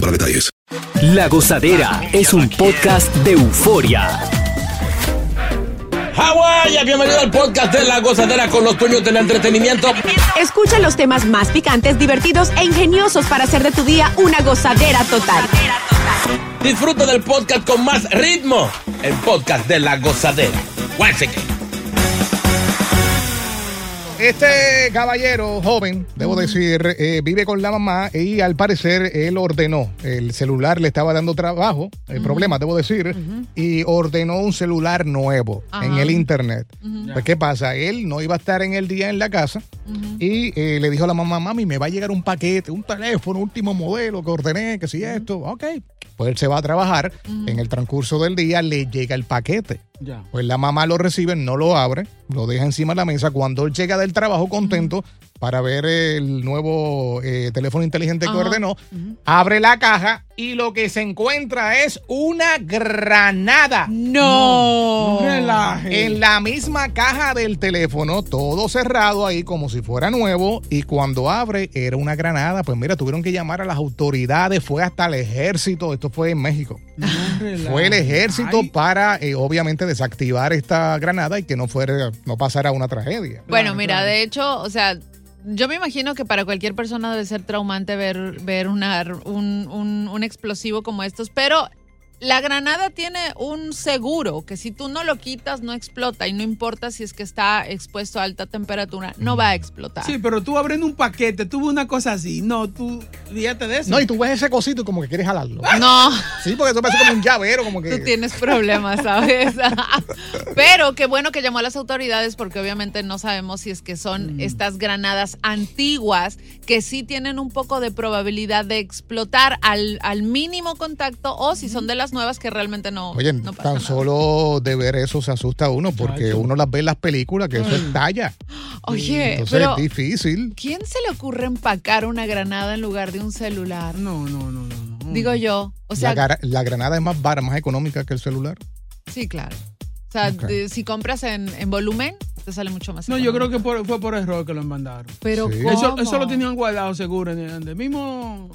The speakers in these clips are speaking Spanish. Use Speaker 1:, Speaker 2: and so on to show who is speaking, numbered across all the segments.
Speaker 1: para detalles.
Speaker 2: La Gozadera es un podcast de euforia.
Speaker 3: Hawái, bienvenido al podcast de La Gozadera con los dueños del entretenimiento.
Speaker 4: Escucha los temas más picantes, divertidos e ingeniosos para hacer de tu día una gozadera total.
Speaker 3: Disfruta del podcast con más ritmo. El podcast de La Gozadera. Guáchate.
Speaker 5: Este caballero joven, debo decir, eh, vive con la mamá y al parecer él ordenó, el celular le estaba dando trabajo, el problema debo decir, y ordenó un celular nuevo en el internet. Pues, ¿Qué pasa? Él no iba a estar en el día en la casa y eh, le dijo a la mamá, mami, me va a llegar un paquete, un teléfono, último modelo que ordené, que si esto, ok. Pues él se va a trabajar, en el transcurso del día le llega el paquete. Pues la mamá lo recibe, no lo abre, lo deja encima de la mesa. Cuando él llega del trabajo contento para ver el nuevo eh, teléfono inteligente que ordenó, abre la caja y lo que se encuentra es una granada.
Speaker 4: No.
Speaker 5: En la misma caja del teléfono, todo cerrado ahí como si fuera nuevo. Y cuando abre, era una granada. Pues mira, tuvieron que llamar a las autoridades, fue hasta el ejército. Esto fue en México. Fue el ejército para, eh, obviamente, desactivar esta granada y que no, fuera, no pasara una tragedia.
Speaker 6: Bueno, mira, de hecho, o sea, yo me imagino que para cualquier persona debe ser traumante ver, ver una, un, un- un explosivo como estos, pero la granada tiene un seguro que si tú no lo quitas no explota y no importa si es que está expuesto a alta temperatura, no va a explotar.
Speaker 7: Sí, pero tú abriendo un paquete, tú ves una cosa así. No, tú, fíjate de eso.
Speaker 5: No, y tú ves ese cosito y como que quieres jalarlo.
Speaker 6: No,
Speaker 5: Sí, porque eso parece como un llavero, como que...
Speaker 6: tú tienes problemas, ¿sabes? Pero qué bueno que llamó a las autoridades porque obviamente no sabemos si es que son estas granadas antiguas que sí tienen un poco de probabilidad de explotar al, al mínimo contacto o si son de las nuevas que realmente no,
Speaker 5: Oye,
Speaker 6: no pasa
Speaker 5: tan
Speaker 6: nada.
Speaker 5: solo de ver eso se asusta uno porque uno las ve en las películas que eso es talla.
Speaker 6: Oye,
Speaker 5: Entonces
Speaker 6: pero
Speaker 5: es difícil.
Speaker 6: ¿quién se le ocurre empacar una granada en lugar de un celular?
Speaker 7: No, no, no, no. no.
Speaker 6: Digo yo. O sea,
Speaker 5: la, gara- la granada es más barata, más económica que el celular.
Speaker 6: sí, claro. O sea,
Speaker 5: Ok.
Speaker 6: de- si compras en, en volumen, te sale mucho más.
Speaker 7: No, yo creo
Speaker 6: económico.
Speaker 7: que por- fue por error que lo mandaron.
Speaker 6: Pero
Speaker 5: Sí.
Speaker 6: ¿cómo?
Speaker 7: Eso, eso lo tenían guardado seguro en el, en el mismo.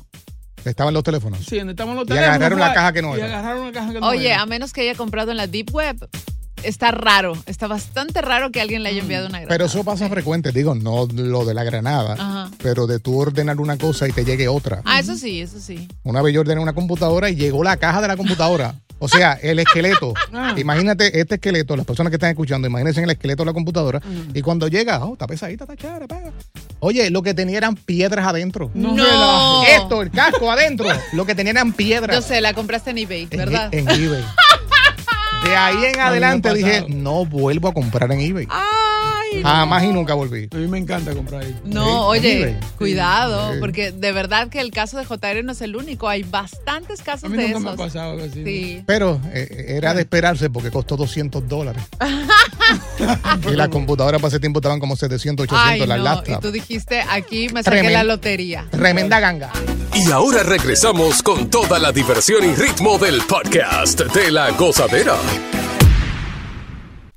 Speaker 5: Estaban los teléfonos.
Speaker 7: Sí, donde estaban los
Speaker 5: Y
Speaker 7: teléfonos,
Speaker 5: agarraron
Speaker 7: fue-
Speaker 5: la caja que no
Speaker 7: Y
Speaker 5: era.
Speaker 7: agarraron la caja que no
Speaker 6: Oye,
Speaker 7: era.
Speaker 6: a menos que haya comprado en la Deep Web, está raro. Está bastante raro que alguien le
Speaker 7: Mm.
Speaker 6: haya enviado una granada.
Speaker 5: Pero eso pasa frecuente, digo, no lo de la granada,
Speaker 6: Ajá.
Speaker 5: pero de tú ordenar una cosa y te llegue otra.
Speaker 6: Ah, eso sí, eso sí.
Speaker 5: Una vez yo ordené una computadora y llegó la caja de la computadora. O sea, el esqueleto.
Speaker 7: Ah.
Speaker 5: Imagínate este esqueleto, las personas que están escuchando, imagínense el esqueleto de la computadora.
Speaker 6: Mm.
Speaker 5: Y cuando llega, oh, está pesadita, está chévere, pega. Oye, lo que tenía eran piedras adentro.
Speaker 7: No,
Speaker 6: No.
Speaker 5: Esto, el casco adentro. Lo que tenían eran piedras.
Speaker 6: Yo sé, la compraste en eBay,
Speaker 5: En-
Speaker 6: ¿verdad?
Speaker 5: En, eBay. De ahí en adelante
Speaker 7: me ha
Speaker 5: dije,
Speaker 7: pasado.
Speaker 5: no vuelvo a comprar en eBay.
Speaker 6: Ah. Ay.
Speaker 5: Jamás y nunca volví.
Speaker 7: A mí me encanta comprar ahí.
Speaker 6: No,
Speaker 5: Sí, en
Speaker 6: oye,
Speaker 5: eBay.
Speaker 6: cuidado,
Speaker 5: Sí.
Speaker 6: porque de verdad que el caso de JR no es el único. Hay bastantes
Speaker 7: A
Speaker 6: casos
Speaker 7: mí
Speaker 6: de
Speaker 7: nunca
Speaker 6: esos.
Speaker 7: me ha pasado algo así.
Speaker 6: Sí.
Speaker 5: Pero eh, era de esperarse porque costó 200 dólares. y las computadoras para ese tiempo estaban como 700, 800
Speaker 6: Ay,
Speaker 5: las
Speaker 6: no. Y
Speaker 5: laptops.
Speaker 6: tú dijiste, aquí me saqué
Speaker 5: Tremen-
Speaker 6: la lotería.
Speaker 5: Tremenda ganga.
Speaker 8: Y ahora regresamos con toda la diversión y ritmo del podcast de la gozadera.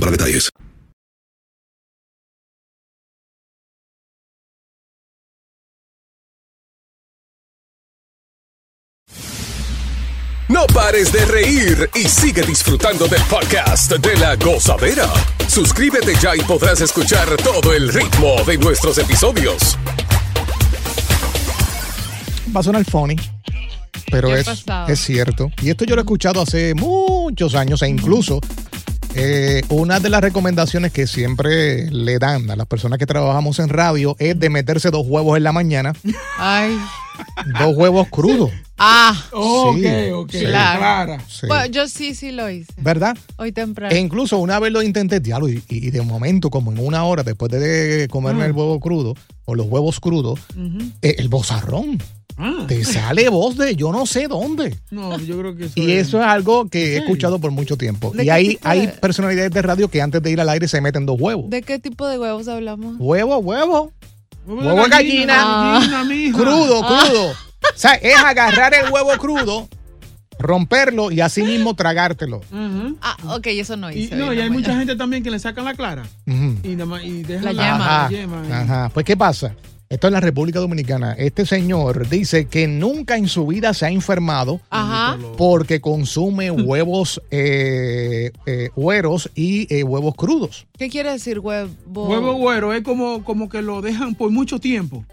Speaker 1: para detalles.
Speaker 8: No pares de reír y sigue disfrutando del podcast de la gozadera. Suscríbete ya y podrás escuchar todo el ritmo de nuestros episodios.
Speaker 5: Va a sonar funny, pero
Speaker 6: ¿Qué ha
Speaker 5: es,
Speaker 6: pasado?
Speaker 5: es cierto. Y esto yo lo he escuchado hace muchos años e incluso eh, una de las recomendaciones que siempre le dan a las personas que trabajamos en radio es de meterse dos huevos en la mañana,
Speaker 6: Ay.
Speaker 5: dos huevos crudos.
Speaker 6: Ah.
Speaker 7: Ok,
Speaker 5: Sí,
Speaker 7: ok.
Speaker 5: sí.
Speaker 6: Claro.
Speaker 7: Clara.
Speaker 5: Sí.
Speaker 6: Bueno, yo sí, sí lo hice.
Speaker 5: ¿Verdad?
Speaker 6: Hoy temprano.
Speaker 5: E incluso una vez lo intenté, diablo, y, y de momento, como en una hora después de comerme el huevo crudo o los huevos crudos,
Speaker 3: Mm.
Speaker 5: eh, el bozarrón. Te sale voz de yo no sé dónde.
Speaker 7: No, yo creo que eso
Speaker 5: Y eso es algo que he escuchado por mucho tiempo.
Speaker 6: ¿De
Speaker 5: Y
Speaker 6: qué
Speaker 5: hay,
Speaker 6: tipo de-
Speaker 5: hay personalidades de radio que antes de ir al aire se meten dos huevos.
Speaker 6: ¿De qué tipo de huevos hablamos?
Speaker 5: Huevo, huevo.
Speaker 7: Huevo
Speaker 5: huevo de gallina.
Speaker 7: gallina, mija.
Speaker 5: Crudo,
Speaker 6: Ah.
Speaker 5: crudo. O sea, es agarrar el huevo crudo, romperlo y así mismo tragártelo.
Speaker 7: Ajá.
Speaker 6: Ah, ok, eso no
Speaker 7: Y,
Speaker 6: hice.
Speaker 7: no,
Speaker 6: hoy
Speaker 7: y
Speaker 6: en
Speaker 7: hay
Speaker 6: la
Speaker 7: mucha
Speaker 6: mañana.
Speaker 7: gente este también que le sacan la clara
Speaker 5: Ujú.
Speaker 7: y, nada más- y dejan
Speaker 6: La
Speaker 5: Ajá,
Speaker 6: llama.
Speaker 7: yema, eh.
Speaker 5: ajá. Pues, ¿qué pasa? Esto es la República Dominicana. Este señor dice que nunca en su vida se ha enfermado
Speaker 6: Ajá.
Speaker 5: porque consume huevos eh, eh, hueros y eh, huevos crudos.
Speaker 6: ¿Qué quiere decir huevo?
Speaker 7: Huevo güero es como, como que lo dejan por mucho tiempo.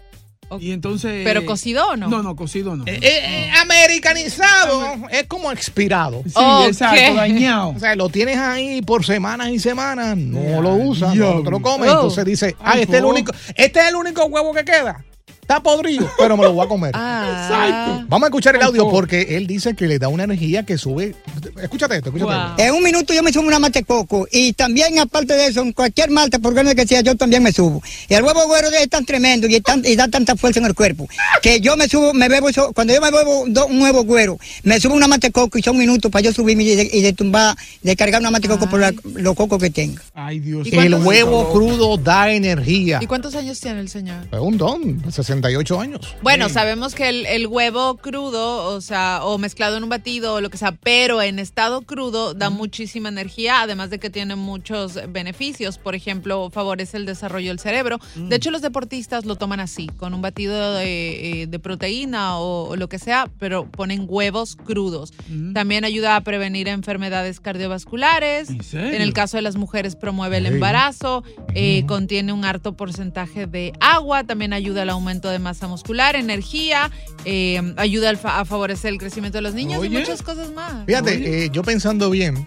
Speaker 6: Ok.
Speaker 7: Y entonces.
Speaker 6: ¿Pero cocido o no?
Speaker 7: No, no, cocido
Speaker 5: Eh,
Speaker 7: no.
Speaker 6: Eh,
Speaker 5: americanizado es como expirado.
Speaker 7: Sí,
Speaker 6: Ok.
Speaker 7: exacto, dañado.
Speaker 5: O sea, lo tienes ahí por semanas y semanas, no lo usas, no
Speaker 7: diablo.
Speaker 5: te lo comes.
Speaker 6: Oh.
Speaker 5: Entonces dice, ah,
Speaker 7: Ay,
Speaker 5: este es el
Speaker 7: no.
Speaker 5: único, este es el único huevo que queda. Está podrido, pero me lo voy a comer.
Speaker 6: Ah.
Speaker 5: Vamos a escuchar el
Speaker 7: Ay,
Speaker 5: audio
Speaker 7: por-
Speaker 5: porque él dice que le da una energía que sube. Escúchate esto, escúchate.
Speaker 6: Wow.
Speaker 9: En un minuto yo me subo una mate coco y también aparte de eso, en cualquier malta, por grande que sea, yo también me subo. Y el huevo güero es tan tremendo y, es tan- y da tanta fuerza en el cuerpo que yo me subo, me bebo eso, cuando yo me bebo do- un huevo güero, me subo una mate coco y son minutos para yo subirme y de, y de tumbar, de cargar una mate coco por la- los cocos que tengo.
Speaker 8: Ah,
Speaker 7: Ay, Dios
Speaker 6: ¿Y
Speaker 5: El
Speaker 6: cuántos-
Speaker 5: huevo crudo da energía.
Speaker 6: ¿Y cuántos años tiene el señor?
Speaker 5: Es un don, 68 años.
Speaker 6: Bueno, sabemos que el, el huevo crudo, o sea, o mezclado en un batido o lo que sea, pero en estado crudo da muchísima energía, además de que tiene muchos beneficios. Por ejemplo, favorece el desarrollo del cerebro.
Speaker 7: Mm.
Speaker 6: De hecho, los deportistas lo toman así, con un batido de, eh, de proteína o, o lo que sea, pero ponen huevos crudos.
Speaker 7: Mm.
Speaker 6: También ayuda a prevenir enfermedades cardiovasculares.
Speaker 7: ¿En serio?
Speaker 6: el caso de las mujeres promueve el
Speaker 5: Ey.
Speaker 6: embarazo, eh, contiene un alto porcentaje de agua, también ayuda al aumento de masa muscular, energía, eh, ayuda al fa- a favorecer el crecimiento de los niños y
Speaker 7: Oye.
Speaker 6: muchas cosas más.
Speaker 5: Fíjate,
Speaker 7: Oye.
Speaker 5: eh, yo pensando bien,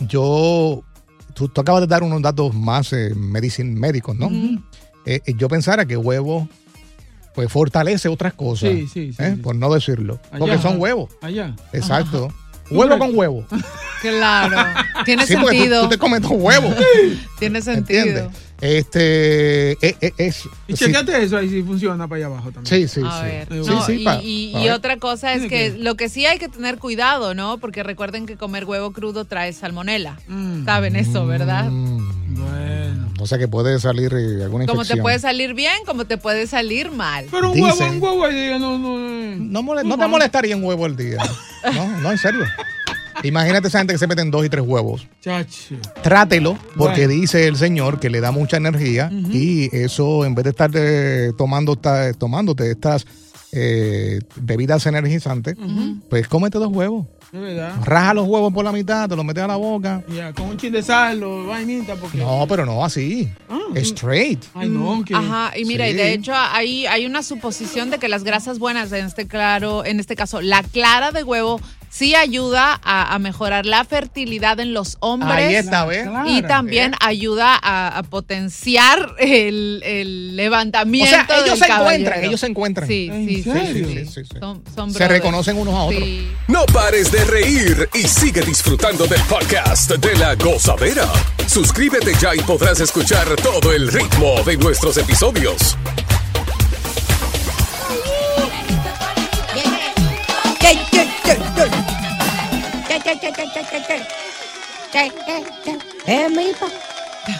Speaker 5: yo. Tú, tú acabas de dar unos datos más eh, medicin- médicos, ¿no? Eh, eh, yo pensara que huevo pues fortalece otras cosas.
Speaker 7: Sí, sí, sí,
Speaker 5: eh,
Speaker 7: sí.
Speaker 5: Por no decirlo. Porque
Speaker 7: Allá.
Speaker 5: son huevos.
Speaker 7: Allá.
Speaker 5: Exacto. Huevo con huevo.
Speaker 6: Claro, tiene
Speaker 5: Sí, porque tú,
Speaker 6: sentido,
Speaker 5: tú te comes dos huevos.
Speaker 6: tiene sentido.
Speaker 5: ¿Entiendes? Este. eh, eh, es.
Speaker 7: Y
Speaker 5: sí,
Speaker 7: chequeate eso ahí si funciona para allá abajo también.
Speaker 5: Sí, sí,
Speaker 6: A
Speaker 5: sí.
Speaker 6: ver,
Speaker 7: Sí,
Speaker 6: no,
Speaker 5: sí,
Speaker 6: y,
Speaker 5: pa-
Speaker 6: y-
Speaker 5: a
Speaker 6: y
Speaker 5: ver.
Speaker 6: otra cosa es
Speaker 7: Tiene
Speaker 6: que
Speaker 7: que-
Speaker 6: lo que sí hay que tener cuidado, ¿no? Porque recuerden que comer huevo crudo trae salmonela.
Speaker 7: Mm.
Speaker 6: Saben eso, ¿verdad?
Speaker 5: Mm,
Speaker 7: Bueno.
Speaker 5: o sea que puede salir eh, alguna
Speaker 6: Como te
Speaker 5: infección.
Speaker 6: puede salir bien, como te puede salir mal.
Speaker 7: Pero un
Speaker 5: Dicen-
Speaker 7: huevo, un huevo, eh, no, no, eh.
Speaker 5: No, mole- no te molestaría un huevo al día. No, no, en serio. Imagínate esa gente que se meten dos y tres huevos.
Speaker 7: Chacho.
Speaker 5: Trátelo, porque
Speaker 7: Bueno.
Speaker 5: dice el señor que le da mucha energía y eso, en vez de estar eh, tomando, ta- tomándote estas eh, bebidas energizantes, pues cómete dos huevos.
Speaker 7: Es
Speaker 6: Ah.
Speaker 7: verdad.
Speaker 5: Raja los huevos por la mitad, te los metes a la boca.
Speaker 7: Ya, con un chin de sal o vainita, porque. Ah.
Speaker 5: No, pero no así. Straight.
Speaker 7: Ay, no, que.
Speaker 6: Mm, Ajá, y mira, y
Speaker 5: Sí.
Speaker 6: de hecho hay, hay una suposición de que las grasas buenas, en este claro, en este caso, la clara de huevo, sí ayuda a, a mejorar la fertilidad en los hombres.
Speaker 5: Ahí está, ¿ves? ¿Eh?
Speaker 6: Y también ayuda a, a potenciar el, el
Speaker 5: O
Speaker 6: levantamiento.
Speaker 5: sea, ellos
Speaker 6: del
Speaker 5: se encuentran,
Speaker 6: caballero.
Speaker 5: ellos se encuentran.
Speaker 6: Sí,
Speaker 7: ¿En
Speaker 6: sí, sí,
Speaker 7: serio?
Speaker 6: sí,
Speaker 5: Sí,
Speaker 6: sí.
Speaker 5: sí, sí.
Speaker 6: Son- son
Speaker 5: Se
Speaker 6: brothers.
Speaker 5: reconocen unos a otros.
Speaker 6: Sí.
Speaker 8: No pares de reír y sigue disfrutando del podcast de la gozadera. Suscríbete ya y podrás escuchar todo el ritmo de nuestros episodios.
Speaker 9: ¿Qué, qué, qué, qué? ¿Qué, qué, qué, qué, qué, qué, qué? ¿Qué, qué, qué? Es mismo.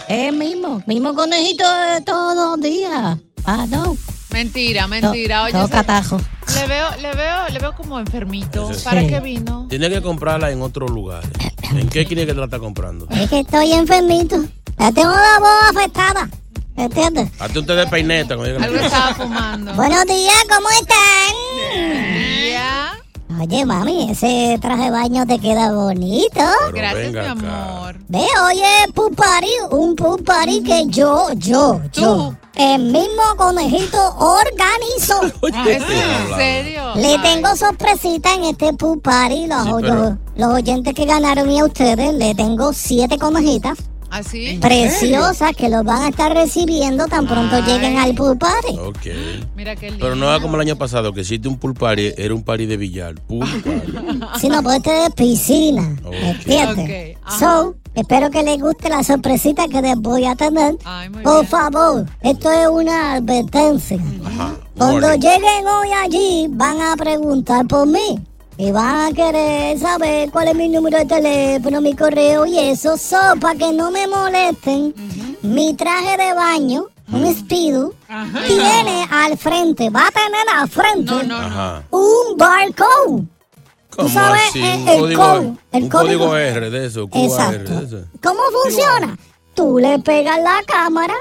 Speaker 9: Es mismo. Mismo conejito de todos los días. Ah, no.
Speaker 6: Mentira,
Speaker 9: No,
Speaker 6: mentira. Oye,
Speaker 9: no,
Speaker 6: se-
Speaker 9: catajo.
Speaker 6: le veo, le veo, le veo como enfermito.
Speaker 3: Sí, sí.
Speaker 6: ¿Para
Speaker 9: Sí.
Speaker 6: qué vino?
Speaker 3: Tiene que comprarla en otro lugar. ¿En qué tiene que la está comprando?
Speaker 9: Es que estoy enfermito. Ya tengo la voz afectada. ¿Entiendes?
Speaker 3: Hazte usted de peineta. cuando llegue la-
Speaker 6: Algo estaba fumando.
Speaker 9: Buenos días, ¿cómo están?
Speaker 6: Ya.
Speaker 9: Oye, mami, ese traje de baño te queda bonito.
Speaker 3: Pero
Speaker 6: Gracias, mi
Speaker 3: venga acá.
Speaker 6: amor.
Speaker 9: Ve, oye, Pupari, un Pupari que
Speaker 6: Mm.
Speaker 9: yo, yo, yo, el mismo conejito organizo.
Speaker 6: Ah, ¿es en serio?
Speaker 9: Le
Speaker 6: Ay,
Speaker 9: tengo sorpresita en este Pupari, los,
Speaker 3: Sí,
Speaker 9: oy-
Speaker 3: pero-
Speaker 9: los oyentes que ganaron y a ustedes, le tengo siete conejitas
Speaker 6: ¿Así?
Speaker 9: preciosas que los van a estar recibiendo tan pronto
Speaker 6: Ay.
Speaker 9: lleguen al Pupari.
Speaker 3: Ok.
Speaker 6: Mira qué lindo.
Speaker 3: Pero no era como el año pasado, que hiciste un pool party, era un party de billar. Pool
Speaker 6: Ah,
Speaker 3: party.
Speaker 9: Si no, pues este es piscina,
Speaker 3: Ok.
Speaker 9: ¿entiendes?
Speaker 6: Ok, ajá.
Speaker 9: So, espero que les guste la sorpresita que les voy a tener.
Speaker 6: Ay, muy
Speaker 9: Por
Speaker 6: bien.
Speaker 9: favor, esto es una advertencia. Cuando
Speaker 3: Warning.
Speaker 9: lleguen hoy allí, van a preguntar por mí. Y van a querer saber cuál es mi número de teléfono, mi correo y eso. So, para que no me molesten, mi traje de baño, un speedo, tiene al frente, va a tener al frente
Speaker 6: No, no, no.
Speaker 3: Ajá.
Speaker 9: un barcode.
Speaker 3: ¿Cómo
Speaker 9: sabes,
Speaker 3: así?
Speaker 9: eh,
Speaker 3: Un
Speaker 9: el
Speaker 3: código,
Speaker 9: código- el
Speaker 3: un código
Speaker 9: código-
Speaker 3: R de eso, QR
Speaker 9: Exacto.
Speaker 3: de eso.
Speaker 9: ¿Cómo funciona? Tú le pegas la cámara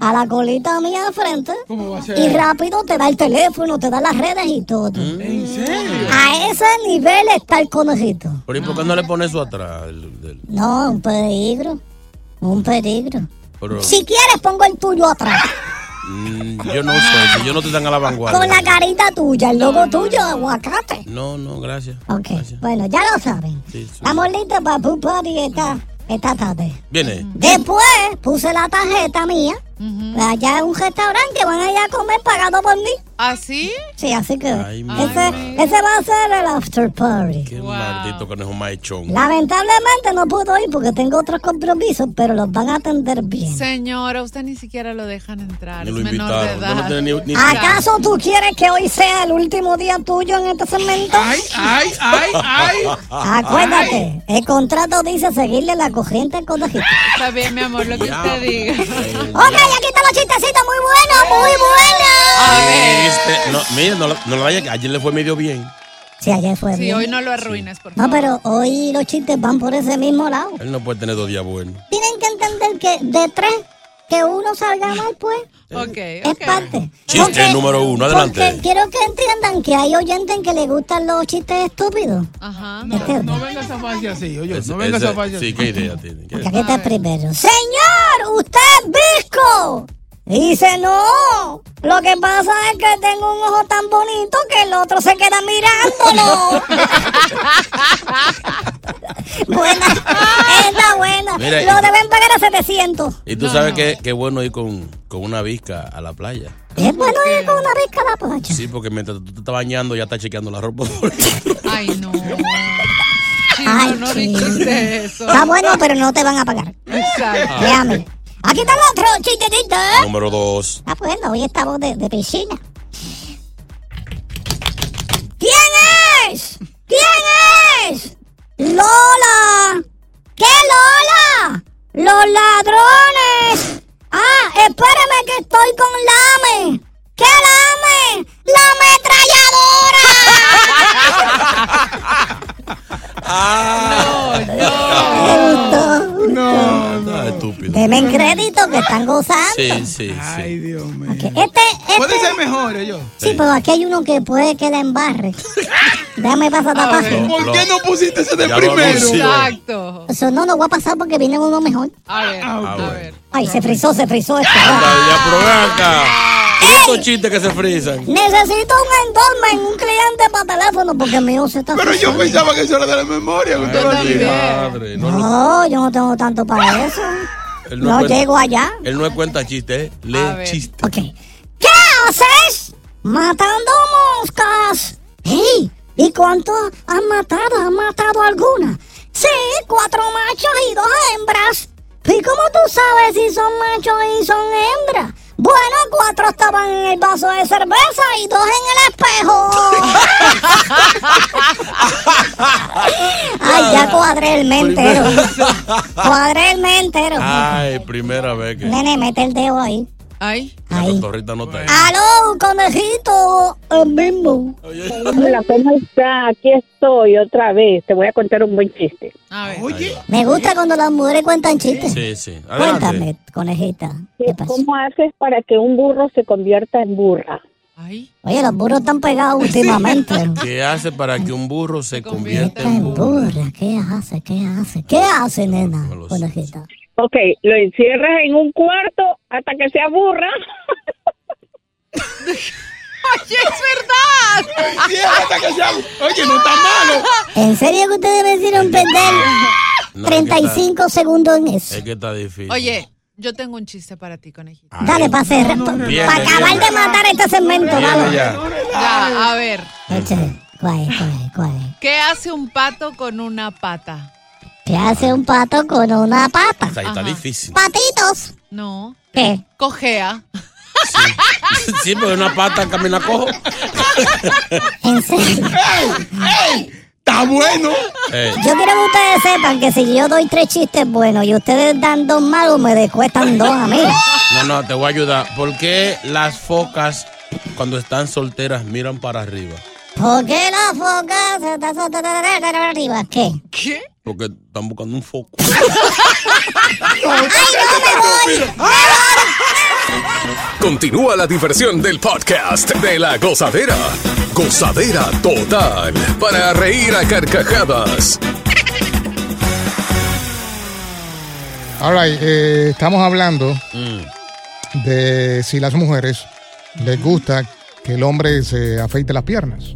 Speaker 9: a la colita mía de frente
Speaker 7: ¿Cómo va a ser?
Speaker 9: y rápido te da el teléfono, te da las redes y todo.
Speaker 7: ¿En serio?
Speaker 9: A ese nivel está el conejito.
Speaker 3: Pero ¿y por qué no le pones eso atrás? del- del-
Speaker 9: No, un peligro. Un peligro.
Speaker 3: pero,
Speaker 9: Si quieres, pongo el tuyo atrás.
Speaker 3: mm, yo no sé, si yo no te dan a la vanguardia.
Speaker 9: Con la carita tuya, el logo tuyo, aguacate.
Speaker 3: No, no, gracias.
Speaker 9: Ok,
Speaker 3: Gracias.
Speaker 9: bueno, ya lo saben.
Speaker 3: Sí, sí.
Speaker 9: Estamos listos para Pool Party esta, esta tarde.
Speaker 6: Mm,
Speaker 3: Viene.
Speaker 9: Después puse la tarjeta mía. Allá en un restaurante que van a ir a comer pagado por mí.
Speaker 7: ¿Ah,
Speaker 6: ¿Así?
Speaker 9: Sí, así que
Speaker 3: Ay, mi
Speaker 9: ese,
Speaker 3: madre.
Speaker 9: ese va a ser el after party.
Speaker 3: Qué
Speaker 6: Wow.
Speaker 3: maldito que no es un maichón.
Speaker 9: Lamentablemente no puedo ir porque tengo otros compromisos, pero los van a atender bien.
Speaker 6: Señora, usted ni siquiera lo dejan entrar.
Speaker 3: Ni
Speaker 6: Es
Speaker 3: lo
Speaker 6: menor de
Speaker 3: invitaron.
Speaker 6: edad.
Speaker 3: Usted no tiene ni- ni-
Speaker 9: ¿Acaso tú quieres que hoy sea el último día tuyo en este segmento?
Speaker 7: Ay, ay, ay, ay.
Speaker 9: Acuérdate, el contrato dice seguirle la corriente al conejito.
Speaker 6: Está bien, mi amor, lo que usted diga.
Speaker 9: Ok, aquí están los chistecitos muy buenos, muy buenos.
Speaker 3: Este, no, mira, no, la- no la vaya, ayer le fue medio bien.
Speaker 9: Sí, ayer fue
Speaker 6: Sí,
Speaker 9: bien.
Speaker 6: hoy no lo arruines, por
Speaker 9: No,
Speaker 6: favor.
Speaker 9: pero hoy los chistes van por ese mismo lado.
Speaker 3: Él no puede tener dos días buenos.
Speaker 9: Tienen que entender que de tres, que uno salga mal, pues.
Speaker 6: Ok,
Speaker 9: Es
Speaker 6: ok.
Speaker 9: parte.
Speaker 3: Chiste número uno, adelante.
Speaker 9: porque quiero que entiendan que hay oyentes que les gustan los chistes estúpidos.
Speaker 6: Ajá.
Speaker 9: Este,
Speaker 7: No vengas a fácil así, oye.
Speaker 3: Ese-
Speaker 7: No vengas a
Speaker 3: ese-
Speaker 7: fácil
Speaker 3: Sí, qué idea tiene. ¿Qué-
Speaker 9: porque aquí
Speaker 6: Ah.
Speaker 9: está el primero. Señor, usted es visco. Dice, no. Lo que pasa es que tengo un ojo tan bonito que el otro se queda mirándolo. buena. Está buena.
Speaker 3: Mira, y-
Speaker 9: Lo deben pagar a 700.
Speaker 3: Y tú sabes que qué bueno ir con, con una visca a la playa.
Speaker 9: Es bueno ir con una visca a la playa.
Speaker 3: Sí, porque mientras tú te estás bañando, ya estás chequeando la ropa. por dentro.
Speaker 6: Ay, no. Chino,
Speaker 9: Ay,
Speaker 6: no
Speaker 9: chino.
Speaker 6: dijiste eso.
Speaker 9: Está bueno, pero no te van a pagar.
Speaker 6: Exacto.
Speaker 9: Déjame. Aquí está el otro chistecito. ¿eh?
Speaker 3: Número dos.
Speaker 9: Ah, bueno, hoy estamos de, de piscina. ¿Quién es? ¿Quién es? ¡Lola! ¿Qué Lola? ¡Los ladrones! Ah, espérame que estoy con Lame. ¿Qué Lame? ¡La ametralladora!
Speaker 6: No, no.
Speaker 7: No.
Speaker 3: Ah, estúpido.
Speaker 9: Deme crédito que están gozando.
Speaker 3: Sí, sí,
Speaker 7: Ay, Dios mío.
Speaker 9: Este, este.
Speaker 7: Puede ser mejor eh, ellos.
Speaker 9: Sí, pero aquí hay uno que puede que la embarre. Déjame pasar
Speaker 7: A
Speaker 9: tapaje.
Speaker 7: ver, ¿Por qué no pusiste ese de
Speaker 3: Ya lo
Speaker 7: primero?
Speaker 3: anunció.
Speaker 6: Exacto.
Speaker 9: Eso no, no voy a pasar porque viene uno mejor.
Speaker 6: A ver,
Speaker 3: Ah,
Speaker 6: a
Speaker 3: bueno. Ah.
Speaker 6: ver.
Speaker 9: Ay, se frizó, se frizó esto. Ah.
Speaker 3: Anda, ya probé acá. Estos chistes que se frisan.
Speaker 9: Necesito un endormen, un cliente para teléfono porque el mío se está
Speaker 7: Pero yo
Speaker 9: frizando.
Speaker 7: pensaba que eso era de la memoria. que usted lo
Speaker 6: también.
Speaker 7: hacía.
Speaker 3: Madre, no, no,
Speaker 9: No, yo no tengo tanto para eso.
Speaker 3: él
Speaker 9: No
Speaker 3: cuenta-
Speaker 9: llego allá.
Speaker 3: Él no es cuenta chiste, eh.
Speaker 6: A
Speaker 3: Lee
Speaker 6: ver.
Speaker 3: chiste.
Speaker 9: Ok. ¿Qué haces? Matando moscas. ¡Ey! ¿Y cuánto han matado? ¿Han matado alguna? Sí, cuatro machos y dos hembras. ¿Y cómo tú sabes si son machos y son hembras? Bueno, cuatro estaban en el vaso de cerveza y dos en el espejo. Ay, ya cuadré el mentero. Cuadré el mentero.
Speaker 3: Ay, primera vez que.
Speaker 9: Nene, mete el dedo ahí.
Speaker 6: Ay,
Speaker 3: La
Speaker 9: Ahí.
Speaker 3: cotorrita no está ahí.
Speaker 9: Aló, conejito, el mismo.
Speaker 10: Hola, ¿cómo está? Aquí estoy otra vez. Te voy a contar un buen chiste.
Speaker 6: a ver.
Speaker 7: Oye,
Speaker 9: Me gusta cuando las mujeres cuentan chistes.
Speaker 3: Sí, sí. Adelante.
Speaker 9: Cuéntame, conejita, ¿qué pasó?
Speaker 10: ¿Cómo haces para que un burro se convierta en burra?
Speaker 6: Ay,
Speaker 9: Oye, los burros están pegados últimamente.
Speaker 3: ¿Qué hace para que un burro se convierta
Speaker 9: Está
Speaker 3: en
Speaker 9: en
Speaker 3: burro?
Speaker 9: burra, ¿qué hace? ¿Qué hace? ¿Qué hace, nena?
Speaker 3: No lo sé.
Speaker 9: Conejita.
Speaker 10: Ok, lo encierras en un cuarto hasta que se aburra.
Speaker 6: Oye, es verdad.
Speaker 7: hasta que sea- Oye, no está malo.
Speaker 9: ¿En serio que ustedes me hicieron perder
Speaker 3: No, es que está-
Speaker 9: 35 segundos en eso?
Speaker 3: Es que está difícil.
Speaker 6: Oye, yo tengo un chiste para ti, conejito.
Speaker 3: Ay,
Speaker 9: Dale, para cerrar,
Speaker 7: no,
Speaker 9: para
Speaker 7: no,
Speaker 3: no, no,
Speaker 9: acabar
Speaker 3: no,
Speaker 9: de matar este segmento,
Speaker 3: Viene
Speaker 9: vamos.
Speaker 3: ya.
Speaker 6: Ya, a ver.
Speaker 9: Eche, cuál, cuál, cuál.
Speaker 6: ¿Qué hace un pato con una pata?
Speaker 9: ¿Qué hace un pato con una pata?
Speaker 3: Ahí está
Speaker 6: Ajá.
Speaker 3: difícil.
Speaker 9: Patitos.
Speaker 6: No.
Speaker 9: ¿Qué?
Speaker 6: Cojea.
Speaker 3: Sí, porque una pata camina cojo.
Speaker 9: ¿En serio?
Speaker 7: Está bueno.
Speaker 3: Eh,
Speaker 9: Yo quiero que ustedes sepan que si yo doy tres chistes buenos y ustedes dan dos malos, me descuestan dos a mí.
Speaker 3: no, no, te voy a ayudar. ¿Por qué las focas cuando están solteras miran para arriba?
Speaker 9: ¿Por qué la foca se está soltando arriba? ¿Qué?
Speaker 6: ¿Qué?
Speaker 3: Porque están buscando un foco.
Speaker 8: Continúa la diversión del podcast de la gozadera. Gozadera total. Para reír a carcajadas.
Speaker 5: All right, eh, estamos hablando
Speaker 7: Mm.
Speaker 5: de si las mujeres les gusta que el hombre se afeite las piernas.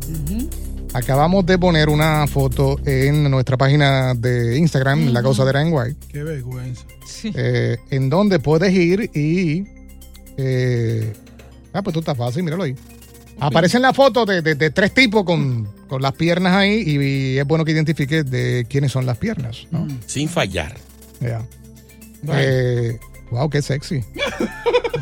Speaker 5: Acabamos de poner una foto en nuestra página de Instagram, La Gozadera en White,
Speaker 7: Qué vergüenza.
Speaker 5: eh, en donde puedes ir y... eh, ah, pues tú estás fácil, míralo ahí. Aparecen las fotos de, de- de tres tipos con, con las piernas ahí y, es bueno que identifiques de quiénes son las piernas, ¿no?
Speaker 3: Mm. Sin fallar.
Speaker 5: Yeah.
Speaker 7: Bueno.
Speaker 5: Eh, wow, qué sexy.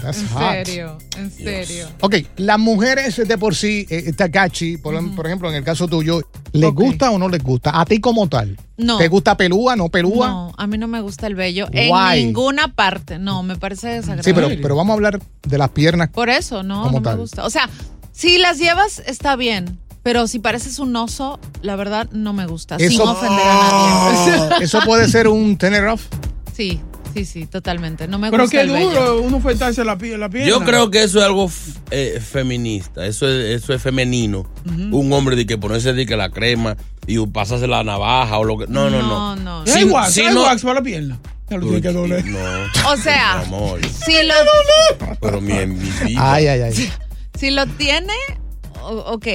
Speaker 5: That's
Speaker 6: En
Speaker 5: hot.
Speaker 6: serio, en serio.
Speaker 5: Ok, las mujeres de por sí, eh, Takachi, por, por ejemplo, en el caso tuyo, ¿les
Speaker 6: Ok.
Speaker 5: gusta o no les gusta? ¿A ti como tal?
Speaker 6: No.
Speaker 5: ¿Te gusta pelúa, no pelúa?
Speaker 6: No, a mí no me gusta el vello
Speaker 5: Why?
Speaker 6: en ninguna parte. No, me parece desagradable.
Speaker 5: Sí, pero, pero vamos a hablar de las piernas.
Speaker 6: Por eso, no,
Speaker 5: Como
Speaker 6: no
Speaker 5: tal.
Speaker 6: me gusta. O sea, si las llevas, está bien. Pero si pareces un oso, la verdad, no me gusta. Sin
Speaker 5: Eso- Ah,
Speaker 6: ofender a nadie.
Speaker 5: Eso puede ser un tener off.
Speaker 6: Sí, sí, sí, totalmente. No me
Speaker 7: Pero
Speaker 6: gusta
Speaker 7: qué
Speaker 6: el vello.
Speaker 7: duro uno fue la, pie- la pierna.
Speaker 3: Yo creo que eso es algo f- eh, feminista, eso es, eso es femenino. Un hombre de que ponerse de que la crema y pasarse la navaja o lo que. No, no, no.
Speaker 6: No, no.
Speaker 7: Hay
Speaker 3: Si-
Speaker 7: wax,
Speaker 3: si
Speaker 7: hay
Speaker 3: no-
Speaker 7: wax ah, para la pierna. Ya lo tiene que doler.
Speaker 3: No.
Speaker 6: O sea,
Speaker 3: Mi amor,
Speaker 6: Si lo,
Speaker 3: pero mi, mi vida.
Speaker 5: Ay, ay, ay.
Speaker 6: si lo tiene, o- ok.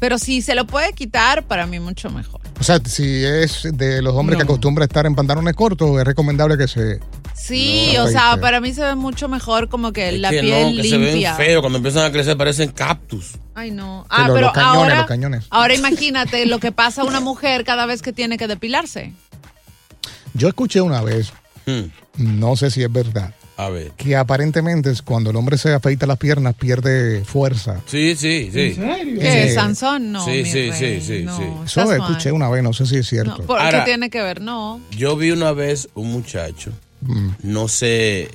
Speaker 6: Pero si se lo puede quitar, para mí mucho mejor.
Speaker 5: O sea, si es de los hombres
Speaker 7: No.
Speaker 5: que acostumbra a estar en pantalones cortos, es recomendable que se...
Speaker 6: Sí,
Speaker 5: No,
Speaker 6: o
Speaker 5: ahí
Speaker 6: sea,
Speaker 5: está.
Speaker 6: para mí se ve mucho mejor como que
Speaker 3: Es
Speaker 6: la
Speaker 3: que
Speaker 6: piel
Speaker 3: no, que
Speaker 6: limpia.
Speaker 3: se ven feos. Cuando empiezan a crecer parecen cactus.
Speaker 6: Ay, no. Ah,
Speaker 5: los-
Speaker 6: pero
Speaker 5: los cañones,
Speaker 6: ahora,
Speaker 5: los cañones.
Speaker 6: ahora imagínate lo que pasa a una mujer cada vez que tiene que depilarse.
Speaker 5: Yo escuché una vez,
Speaker 3: Hmm,
Speaker 5: no sé si es verdad,
Speaker 3: A ver.
Speaker 5: que aparentemente es cuando el hombre se afeita las piernas pierde fuerza.
Speaker 3: Sí, sí, sí.
Speaker 6: ¿Qué?
Speaker 5: Eh,
Speaker 6: ¿Sansón? No,
Speaker 3: sí,
Speaker 6: mi
Speaker 3: sí,
Speaker 6: rey,
Speaker 3: sí, sí,
Speaker 6: no,
Speaker 3: sí.
Speaker 6: estás
Speaker 5: Eso
Speaker 6: mal.
Speaker 5: escuché una vez, no sé si es
Speaker 6: No,
Speaker 5: cierto.
Speaker 6: ¿por qué
Speaker 3: Ahora-
Speaker 6: tiene que ver? No.
Speaker 3: Yo vi una vez un muchacho,
Speaker 5: Mm,
Speaker 3: no sé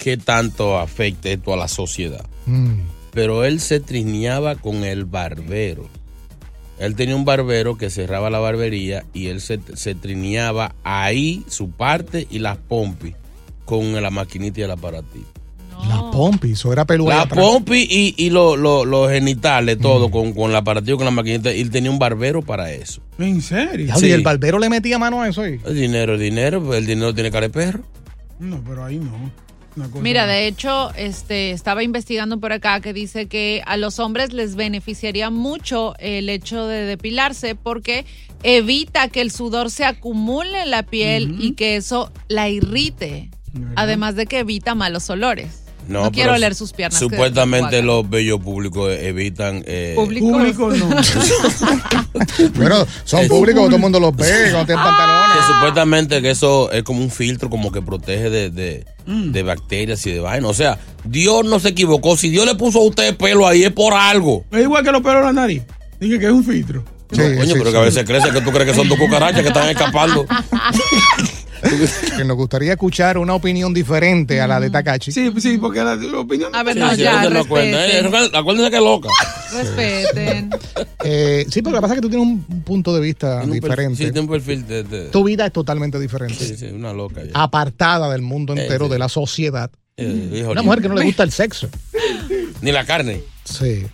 Speaker 3: qué tanto afecta esto a la sociedad.
Speaker 5: mm.
Speaker 3: pero él se trineaba con el barbero. Él tenía un barbero que cerraba la barbería y él se, se trineaba ahí su parte y las pompis con la maquinita y el aparatito.
Speaker 5: La pompi, eso era peluda.
Speaker 3: La
Speaker 5: atrás.
Speaker 3: pompi y, y lo- lo- los genitales, todo, con, con el aparatito, con la maquinita. Y él tenía un barbero para eso.
Speaker 7: ¿En serio?
Speaker 5: Diablo, Y el barbero le metía mano a eso ahí.
Speaker 3: El dinero, el dinero, pues, el dinero tiene cara de perro.
Speaker 7: No, pero ahí no. Una cosa-
Speaker 6: Mira, de hecho, este, estaba investigando por acá que dice que a los hombres les beneficiaría mucho el hecho de depilarse porque evita que el sudor se acumule en la piel y que eso la irrite. Además de que evita malos olores. No,
Speaker 3: pero
Speaker 6: quiero oler sus piernas. que-
Speaker 3: Supuestamente los bellos públicos evitan. eh,
Speaker 6: Público. Público no.
Speaker 5: Pero son
Speaker 3: Es-
Speaker 5: públicos, todo el mundo los ve cuando tienen pantalones.
Speaker 3: Que supuestamente que eso es como un filtro, como que protege de, de-
Speaker 5: Mm.
Speaker 3: de bacterias y de vaina. O sea, Dios no se equivocó. Si Dios le puso a usted pelo ahí es por algo.
Speaker 7: Es igual que los pelos de la nariz. Dije que es un filtro.
Speaker 3: Coño, pero que a veces crece que tú crees que son dos cucarachas que están escapando.
Speaker 5: Que nos gustaría escuchar una opinión diferente a la de Takachi.
Speaker 7: Mm. Sí, sí, porque la opinión.
Speaker 6: A ver,
Speaker 3: Sí,
Speaker 6: no,
Speaker 3: sí,
Speaker 6: ya,
Speaker 3: eso no cuenta. Eh,
Speaker 6: respeten.
Speaker 3: Acuérdense que es loca.
Speaker 6: respeten.
Speaker 5: Eh, sí, pero lo que pasa es que tú tienes un, un punto de vista
Speaker 3: Tiene un perfil-
Speaker 5: diferente.
Speaker 3: Sí, tiene un perfil de. de-
Speaker 5: Tu vida es totalmente diferente.
Speaker 3: sí, sí, una loca. ya.
Speaker 5: Apartada del mundo
Speaker 3: Eh,
Speaker 5: entero,
Speaker 3: sí.
Speaker 5: de la sociedad.
Speaker 3: Eh, hijo,
Speaker 5: Una
Speaker 3: ni-
Speaker 5: mujer que no le gusta el sexo.
Speaker 3: Ni la carne.
Speaker 5: Sí.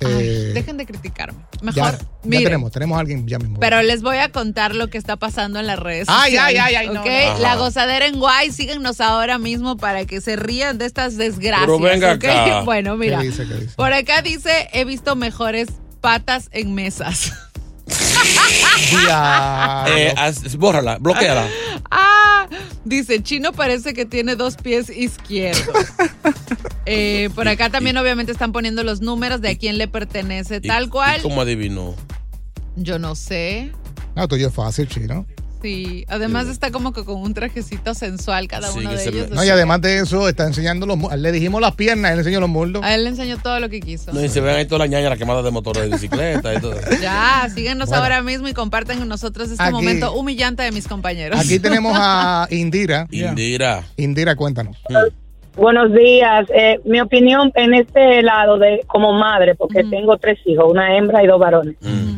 Speaker 5: Eh,
Speaker 6: Dejen de criticarme.
Speaker 5: ya,
Speaker 6: Mejor,
Speaker 5: ya
Speaker 6: miren.
Speaker 5: tenemos, tenemos a alguien ya mismo.
Speaker 6: Pero les voy a contar lo que está pasando en las redes
Speaker 5: Ay,
Speaker 6: sociales.
Speaker 5: ay, ay, ay, no,
Speaker 6: ¿ok?
Speaker 5: no, no.
Speaker 6: La
Speaker 5: Ajá.
Speaker 6: gozadera en Guay, síguenos ahora mismo para que se rían de estas desgracias.
Speaker 3: Pero venga
Speaker 6: ¿ok?
Speaker 3: acá.
Speaker 6: Bueno, mira.
Speaker 5: ¿Qué dice, qué dice?
Speaker 6: Por acá dice, he visto mejores patas en mesas.
Speaker 3: Eh, haz- bórrala, bloqueala.
Speaker 6: Ah, dice, Chino parece que tiene dos pies izquierdos. Eh, por acá también obviamente están poniendo los números de a quién le pertenece tal cual.
Speaker 3: ¿Cómo adivinó?
Speaker 6: Yo no sé.
Speaker 5: No, tuyo es fácil, chino.
Speaker 6: Sí, además está como que con un trajecito sensual cada
Speaker 3: Sí,
Speaker 6: uno
Speaker 3: que
Speaker 6: de
Speaker 3: se
Speaker 6: ellos.
Speaker 3: ve-
Speaker 5: No, y además de eso, está enseñando los mu- Le dijimos las piernas, él enseñó los muslos.
Speaker 6: A él le enseñó todo lo que quiso.
Speaker 3: No, y se ven ahí todas las ñañas, las quemadas de motores de bicicleta y todo.
Speaker 6: Ya, síguenos
Speaker 5: Bueno.
Speaker 6: ahora mismo y compartan con nosotros este
Speaker 5: Aquí-
Speaker 6: momento humillante de mis compañeros.
Speaker 5: Aquí tenemos a Indira.
Speaker 3: Indira.
Speaker 5: Indira, cuéntanos.
Speaker 11: Buenos días. Eh, mi opinión en este lado de como madre, porque tengo tres hijos, una hembra y dos varones.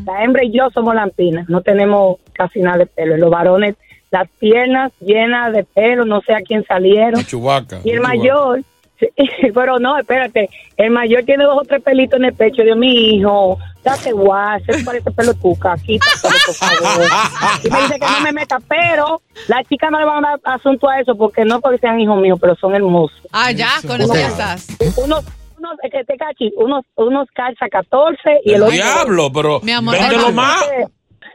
Speaker 11: La hembra y yo somos lampinas, no tenemos casi nada de pelo. Y Los varones, las piernas llenas de pelo, no sé a quién salieron.
Speaker 3: Un Chubaca.
Speaker 11: Y el
Speaker 3: un Chubaca.
Speaker 11: mayor, sí, pero no, espérate, el mayor tiene dos o tres pelitos en el pecho. Dios, mi hijo, date guay, se este parece pelotuca, quítatelo, por favor. Y me dice que no me meta, pero las chicas no le van a dar asunto a eso, porque no porque sean hijos míos, pero son hermosos.
Speaker 6: Ah, ya, con eso ya estás.
Speaker 11: Unos, unos, eh, que te cachi, unos, unos calza 14 y el otro...
Speaker 3: Diablo, pero.
Speaker 6: Mi amor,
Speaker 3: véndelo
Speaker 6: hermano.
Speaker 3: más.